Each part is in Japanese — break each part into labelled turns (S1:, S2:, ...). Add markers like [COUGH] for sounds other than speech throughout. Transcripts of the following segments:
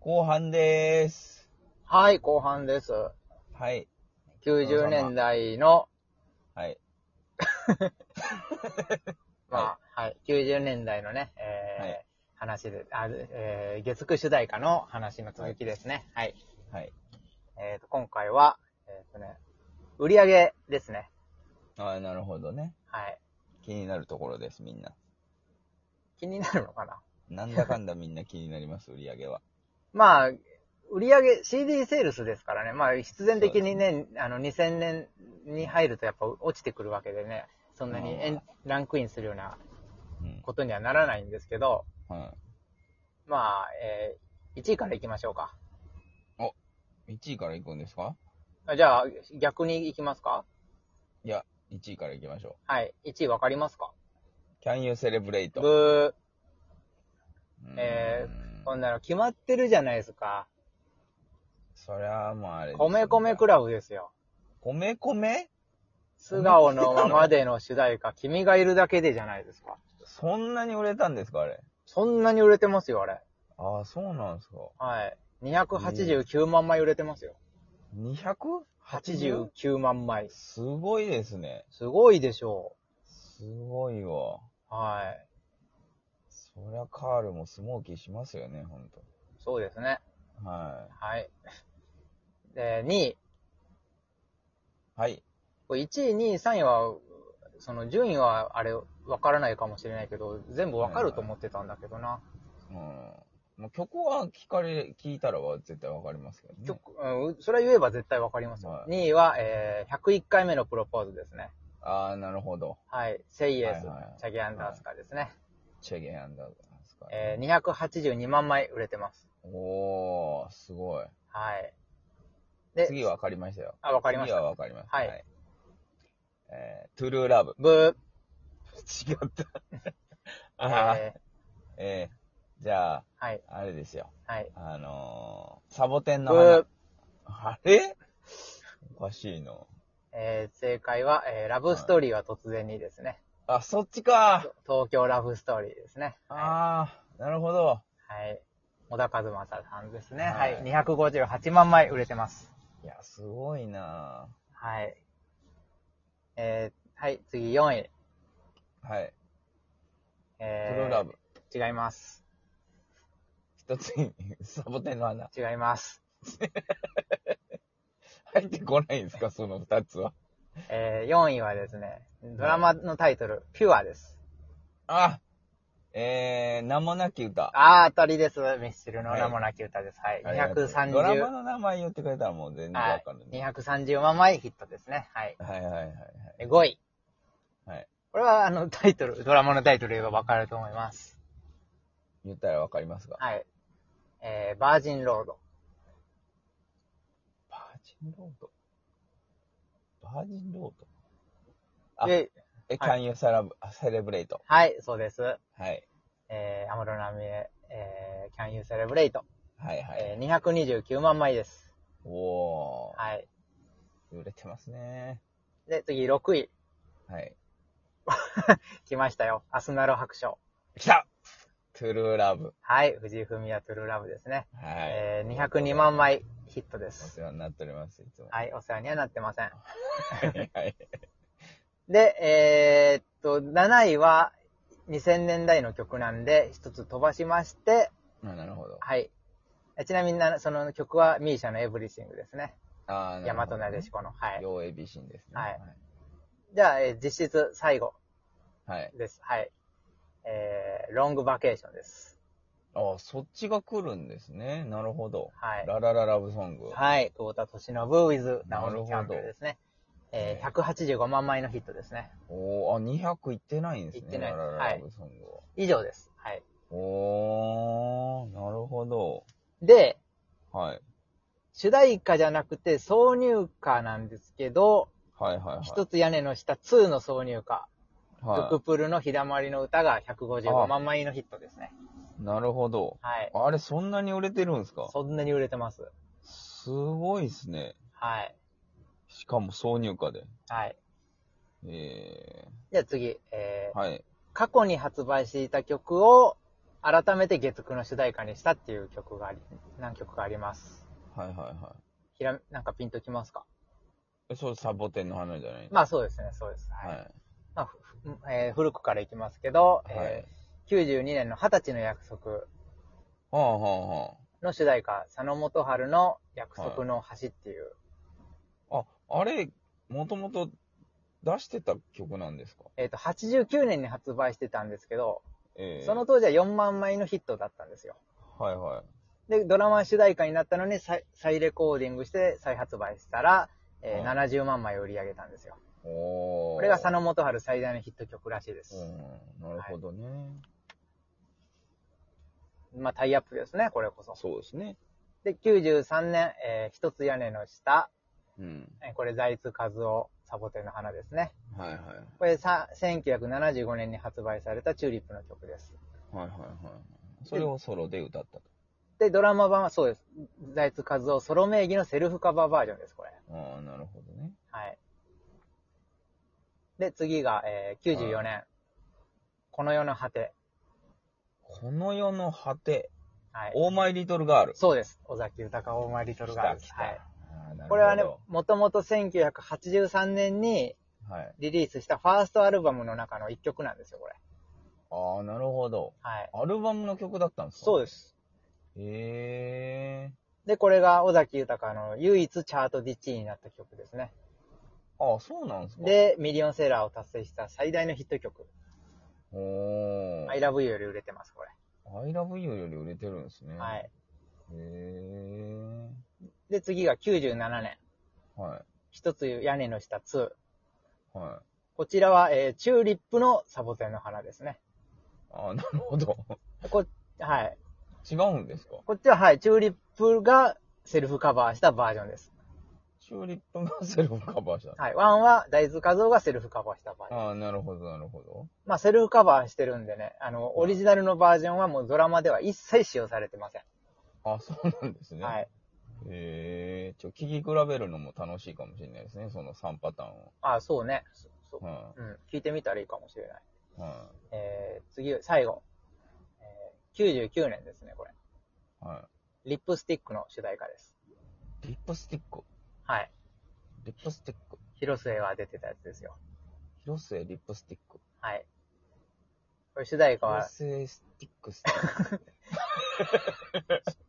S1: 後半でーす。
S2: はい、後半です。
S1: はい。
S2: 90年代の、
S1: はい。
S2: まあ、はい、90年代のね、えー
S1: はい
S2: 話で、あえー月9主題歌の話の続きですね。はい。
S1: はい。
S2: えーと、今回は、えっ、とね、売り上げですね。
S1: ああ、なるほどね。
S2: はい。
S1: 気になるところです、みんな。
S2: 気になるのかな
S1: なんだ
S2: [LAUGHS]
S1: かんだみんな気になります、売り上げは。
S2: まあ、売り上げ、CD セールスですからね、まあ、必然的にね、あの、2000年に入るとやっぱ落ちてくるわけでね、そんなにエンランクインするような
S1: うん。
S2: ことにはならないんですけど、
S1: は
S2: まあ、えー、1位からいきましょうか。
S1: い。1位から行くんですか
S2: あじゃあ、逆にいきますか
S1: いや、1位から行きましょ
S2: はい。1位わかりますか
S1: う。Can you celebrate?
S2: ブ
S1: うーん
S2: えー、こんなの決まってるじゃないですか。
S1: そりゃあもうあれですよ
S2: 米米クラブですよ。
S1: 米米
S2: 素顔のままでの主題
S1: [LAUGHS]
S2: 歌、君がいるだけでじゃないですか。
S1: そんなに売れたんですか、あれ。
S2: そんなに売れてますよ、あれ。
S1: ああ、そうなんですか。
S2: はい。289万枚売れてますよ。
S1: 280?
S2: 89万枚。
S1: すごいですね。
S2: すごいでしょ
S1: すごいわ。
S2: う。はい。
S1: そりゃカールもスモーキーしますよね、ほんと。
S2: そうですね。
S1: は
S2: はい。で、2位。
S1: い。はい。
S2: これ1位、2位、3位は、その順位はあれ、わからないかもしれないけど、全部わかると思ってたんだけどな。
S1: うん。まあ、曲は聞かれ、聞いたらは絶対わかりますけどね。
S2: 曲、うん、それは言えば絶対わかりますよ。
S1: はい
S2: 2位は、えー、101回目のプロポーズですね。
S1: ああ、なるほど。
S2: はい。セイエ
S1: はい
S2: ス
S1: はい、
S2: チャギアンダースカですね。
S1: チェゲアンダーですか、
S2: えー、282万枚売れてます。
S1: おー、すごい。
S2: はい。で、
S1: 次わかりましたよ。
S2: あ、わかりまし
S1: 次は
S2: た。
S1: わかります。
S2: はい
S1: えー、トゥルーラブ。
S2: ブ
S1: 違った。
S2: [LAUGHS] ー、
S1: ああ、
S2: え
S1: えー、じゃあ、
S2: ーはい、
S1: あれですよ。
S2: はい。
S1: あのー、サボテン
S2: ブ
S1: の花
S2: ー。、
S1: あれおかしいな。
S2: えー、正解は、えー、ラブストーリーは突然にですね。
S1: あ、そっちか。
S2: 東京ラブストーリーですね。は
S1: ああ、なるほど。
S2: い。はい小田和正さんですね。
S1: は
S2: はいい。258万枚売れてます。
S1: いや、すごいな
S2: はい。えー、はい、次4位。
S1: はい。
S2: え
S1: ト
S2: ー、
S1: ゥルーラブ。
S2: 違います。
S1: 一つに、サボテンの花。
S2: 違います。
S1: 入ってこないんですか、その二つは。
S2: えー、4位はですね、ドラマのタイトル、ピュアです。
S1: あえー、名もなき歌。
S2: あー、当たりです。ミスチルの名もなき歌です。はい。
S1: ありがとうドラマ
S2: 230、
S1: の名前言ってくれたらもう全然
S2: は
S1: わ
S2: い
S1: かるん、で。
S2: 230万枚ヒットですね。はい。
S1: はいはいはいはい。
S2: で5位。
S1: はい。
S2: これは、あの、タイトル、ド [LAUGHS] ラマのタイトル言えばわかると思います。
S1: 言ったらわかりますが。
S2: はい。えー、バージンロード。
S1: バージンロード。バージンロード。あ
S2: で、
S1: え、
S2: は
S1: can you celeb- celebrate?
S2: はい、そうです。
S1: はい。
S2: えー、安室奈美恵、えー、Can You Celebrate、
S1: はいはい。
S2: えー、229万枚です。
S1: おー。
S2: はい。
S1: 売れてますね。
S2: で、次6位、
S1: はい。
S2: 来ましたよ。アスナロ白書。
S1: 来たトゥルーラブ。
S2: はい、藤井文也トゥルーラブですね。
S1: はい。
S2: えー、202万枚ヒットで
S1: お
S2: す。
S1: 世話になっております、いつも。
S2: はい、お世話にはなってません。
S1: [LAUGHS] はい。はい。
S2: で、えー、っと、7位は2000年代の曲なんで、一つ飛ばしまして、
S1: あなるほど。
S2: はい。えちなみにな、その曲はミーシャのエブリシングですね。
S1: あ
S2: 大和なでし
S1: し
S2: この。はい。
S1: 両 ABC ですね。
S2: はいじゃあ、えー実質最後。
S1: はい。はい。
S2: です。はい。えー、ロングバケーションです。
S1: ああ、そっちが来るんですね。なるほど。
S2: はい。
S1: ララララブソング。
S2: はい。久保田敏信 with ナオ
S1: なるほど
S2: ミ・キャンプですね。えー、185万枚のヒットですね。
S1: おおあ、200いってないんですね。
S2: いってない
S1: ララララブソングは。
S2: 以上です。はい。
S1: おー、なるほど。
S2: で、
S1: はい。
S2: 主題歌じゃなくて挿入歌なんですけど、
S1: はいはいはい。
S2: 一、つ屋根の下2の挿入歌、ルク
S1: は
S2: プルの日だまりの歌が155万枚のヒットですね。
S1: い。なるほど。
S2: はい。
S1: あれ、そんなに売れてるんですか
S2: そんなに売れてます。
S1: すごいですね。
S2: はい。
S1: しかも挿入歌で。
S2: はい。
S1: え
S2: じゃあ次、え
S1: ー、
S2: ー
S1: はい。
S2: 過去に発売していた曲を改めて月9の主題歌にしたっていう曲があり、何曲かあります。
S1: はいはいはい。
S2: ひらめ、なんかピンときますか
S1: えそれサボテンの花じゃない
S2: まあそうですね、そうです。はい。
S1: はい。
S2: まあふふえー古くからいきますけど、
S1: はい
S2: え。ー92年の二十歳の約束
S1: はあはあは
S2: の主題歌、佐野元春の約束の橋っていう、
S1: あ。あ、あれ、もともと出してた曲なんですか
S2: えっ、と、89年に発売してたんですけど、
S1: ええ
S2: その当時は4万枚のヒットだったんですよ。
S1: はいはい。
S2: で、ドラマ主題歌になったのに再再レコーディングして再発売したら、えー
S1: は
S2: 70万枚売り上げたんですよ。
S1: おお。
S2: これが佐野元春最大のヒット曲らしいです。
S1: うん、なるほどね。
S2: まあタイアップですね、これこそ。
S1: そうですね。
S2: で、93年、えー一つ屋根の下、
S1: うん。
S2: えーこれ財津和夫サボテンの花ですね。
S1: はいはい。
S2: これさ、1975年に発売されたチューリップの曲です。
S1: はいはいはい。それをソロで歌ったと。
S2: で、ドラマ版はそうです。財津和夫ソロ名義のセルフカバーバージョンです、これ。
S1: ああ、なるほどね。
S2: はい。で、次が、えー94年。この世の果て。
S1: この世の果て、
S2: はい。
S1: オーマイリトルガール。
S2: そうです。尾崎豊、大前リトルガールズ。
S1: 来た来た
S2: は
S1: あー
S2: い。
S1: なるほど
S2: これはね、もともと1983年に
S1: はい。
S2: リリースしたファーストアルバムの中の一曲なんですよ、これ。
S1: ああ、なるほど。
S2: はい。
S1: アルバムの曲だったんですか
S2: そう
S1: う
S2: です。
S1: へえ。
S2: で、これが尾崎豊の唯一チャート1位になった曲ですね。
S1: ああ、そうなんですか。、
S2: で、ミリオンセーラーを達成した最大のヒット曲。
S1: おー。
S2: I love you より売れてます、これ。
S1: I love you より売れてるんですね。
S2: は。
S1: へ
S2: い。
S1: え。
S2: で、次が97年。
S1: はい。
S2: 一つ屋根の下2。
S1: はい。
S2: こちらは、えーチューリップのサボテンの花ですね。
S1: ああ、 [LAUGHS] なるほど。
S2: こ、はい。
S1: 違うんですか
S2: こっちは、はい、チューリップがセルフカバーしたバージョンです。
S1: チューリップがセルフカバーした。
S2: はい。ワンは大豆画像がセルフカバーしたバージョン。
S1: ああ、なるほど、なるほど。
S2: まあ、セルフカバーしてるんでね、あの、オリジナルのバージョンはもうドラマでは一切使用されてません。
S1: あそうなんですね。
S2: はい。
S1: へえちょ、聞き比べるのも楽しいかもしれないですね、その3パターンを。
S2: あ、そうね。そそう
S1: は
S2: うん。聞いてみたらいいかもしれない。
S1: い。は
S2: えー、次、最後。えー、99年ですね、これ。
S1: い。は
S2: リップスティックの主題歌です。
S1: い。リップスティック。
S2: はい。
S1: リップスティック。
S2: 広末が出てたやつですよ。
S1: 広末リップスティック。
S2: はい。これ主題歌は
S1: 広、末スティックスティック。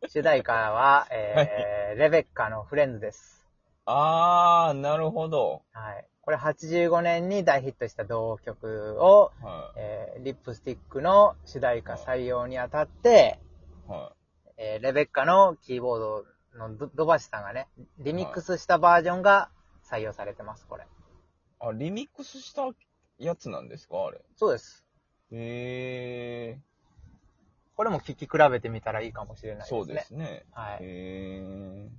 S2: 主題歌 [LAUGHS] は、えー、レベッカのフレンズです。
S1: あー、なるほど。
S2: はい。これ85年に大ヒットした同曲を、
S1: は
S2: えー、リップスティックの主題歌採用にあたって、
S1: い。は
S2: えー、レベッカのキーボードのドドバシさんがね、リミックスしたバージョンが採用されてます、これ。
S1: い。あ、リミックスしたやつなんですかあれ。
S2: そうです。
S1: へえ
S2: これも聴き比べてみたらいいかもしれないですね。
S1: そうですね。
S2: はい。
S1: へ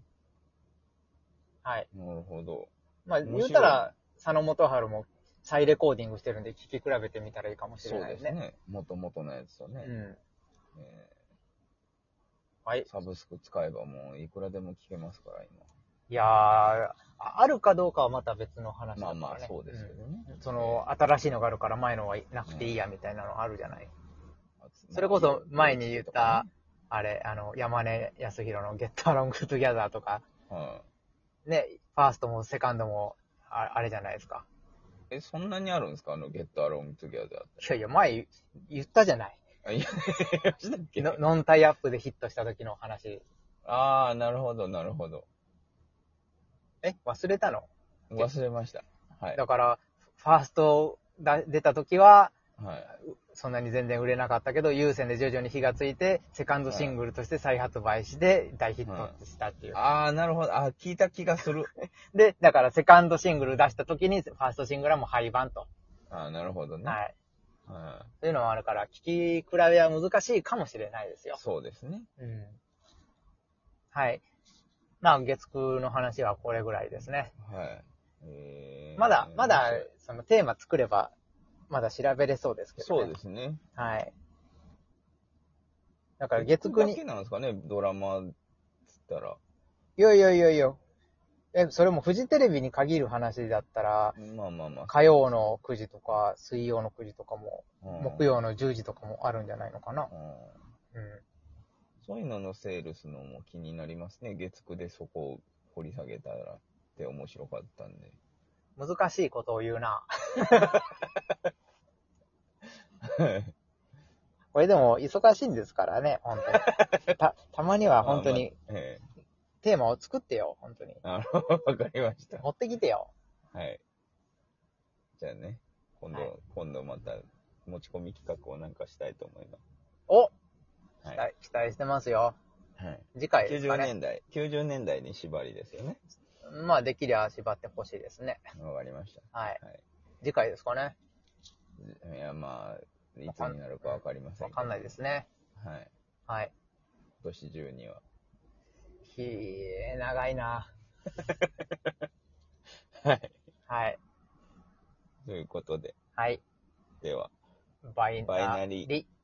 S2: はい。
S1: えなるほど。
S2: まあ、
S1: 面
S2: 言
S1: 白いう
S2: たら、佐野元春も再レコーディングしてるんで、聴き比べてみたらいいかもし
S1: そ
S2: れ
S1: う
S2: な
S1: で
S2: いですすね。
S1: ね。もともとのやつとね。
S2: うん。
S1: えー
S2: はい。
S1: サブスク使えばもういくらでも聞けますから、
S2: いやー、ああるかどうかはまた別の話だ
S1: 今。ま
S2: か
S1: あ
S2: ら、ね。
S1: まあ、そうですけどね。
S2: うんその、新しいのがあるから前のはなくていいや、みたいなのあるじゃない。それこそ前に言った、あれ、あの、山根康弘の Get Along Together とか、
S1: は
S2: ね、ファーストもセカンドも、ああれじゃないですか。
S1: い。え、そんなにあるんですかあの、ゲットアロングトゥギャザーって。
S2: いやいや、前言ったじゃない。
S1: あいや、いやしたっ
S2: [LAUGHS]
S1: け
S2: のノンタイアップでヒットした時の話。
S1: ああ、なるほど、なるほど。
S2: え忘れたの
S1: 忘れました。はい。
S2: だから、ファーストだ出た時は、
S1: はい。
S2: そんなに全然売れなかったけど、優先で徐々に火がついて、セカンドシングルとして再発売して、大ヒットしたっていう。
S1: ああ、なるほど。あー聞いた気がする。 [LAUGHS]
S2: で、だからセカンドシングル出した時に、ファーストシングルはもう廃盤と。
S1: ああ、なるほどね。は
S2: はい。
S1: い。
S2: というのもあるから、聞き比べは難しいかもしれないですよ。
S1: そうですね。
S2: うん。はい。まあ、月9の話はこれぐらいですね。
S1: はい。えー
S2: まだ、まだ
S1: 面白い、
S2: そのテーマ作れば、まだ調べれそうですけど、ね。
S1: そうですね。
S2: す。はい。だから月
S1: 僕
S2: 9
S1: だ
S2: に
S1: け、なんですかね、ドラマっつったら。
S2: いやいやいやいや、え、それもフジテレビに限る話だったら、
S1: まあまあまあ。
S2: 火曜の9時とか、水曜の9時とかも、
S1: うん
S2: 木。曜の10時とかもあるんじゃないのかな
S1: う。ん
S2: うん。
S1: そういうののセールスのも気になりますね。月9でそこを掘り下げたらって面白かったんで。
S2: 難しいことを言う [LAUGHS] な。 [LAUGHS] これでも、忙しいんですからね、本 [LAUGHS] 当に。た、たまには本当に、
S1: [LAUGHS] まあ。まあええ
S2: テーマを作ってよ、本当に。
S1: あの、 [LAUGHS] わかりました。
S2: 持ってきてよ。
S1: はい。じゃあね、今度、
S2: はい
S1: 今度また持ち込み企画をなんかしたいと思いま
S2: お
S1: す。は
S2: 期
S1: い。
S2: 待、期待してますよ。
S1: はい、
S2: 次回です
S1: 90
S2: かね。
S1: 年代、90年代に縛りですよね。
S2: まあ、できりゃ縛ってほしいですね。
S1: わかりました。
S2: はい。
S1: は
S2: 次回ですかね。
S1: い。いや、まあ、いつになるかわかりませんけど
S2: わかんないですね。
S1: はい。
S2: はい。
S1: 今年中には。
S2: ひえ、長いな。
S1: はい。
S2: はい。
S1: ということで、
S2: はい。
S1: では。
S2: バイナ
S1: バイナ
S2: リ
S1: リ
S2: ー。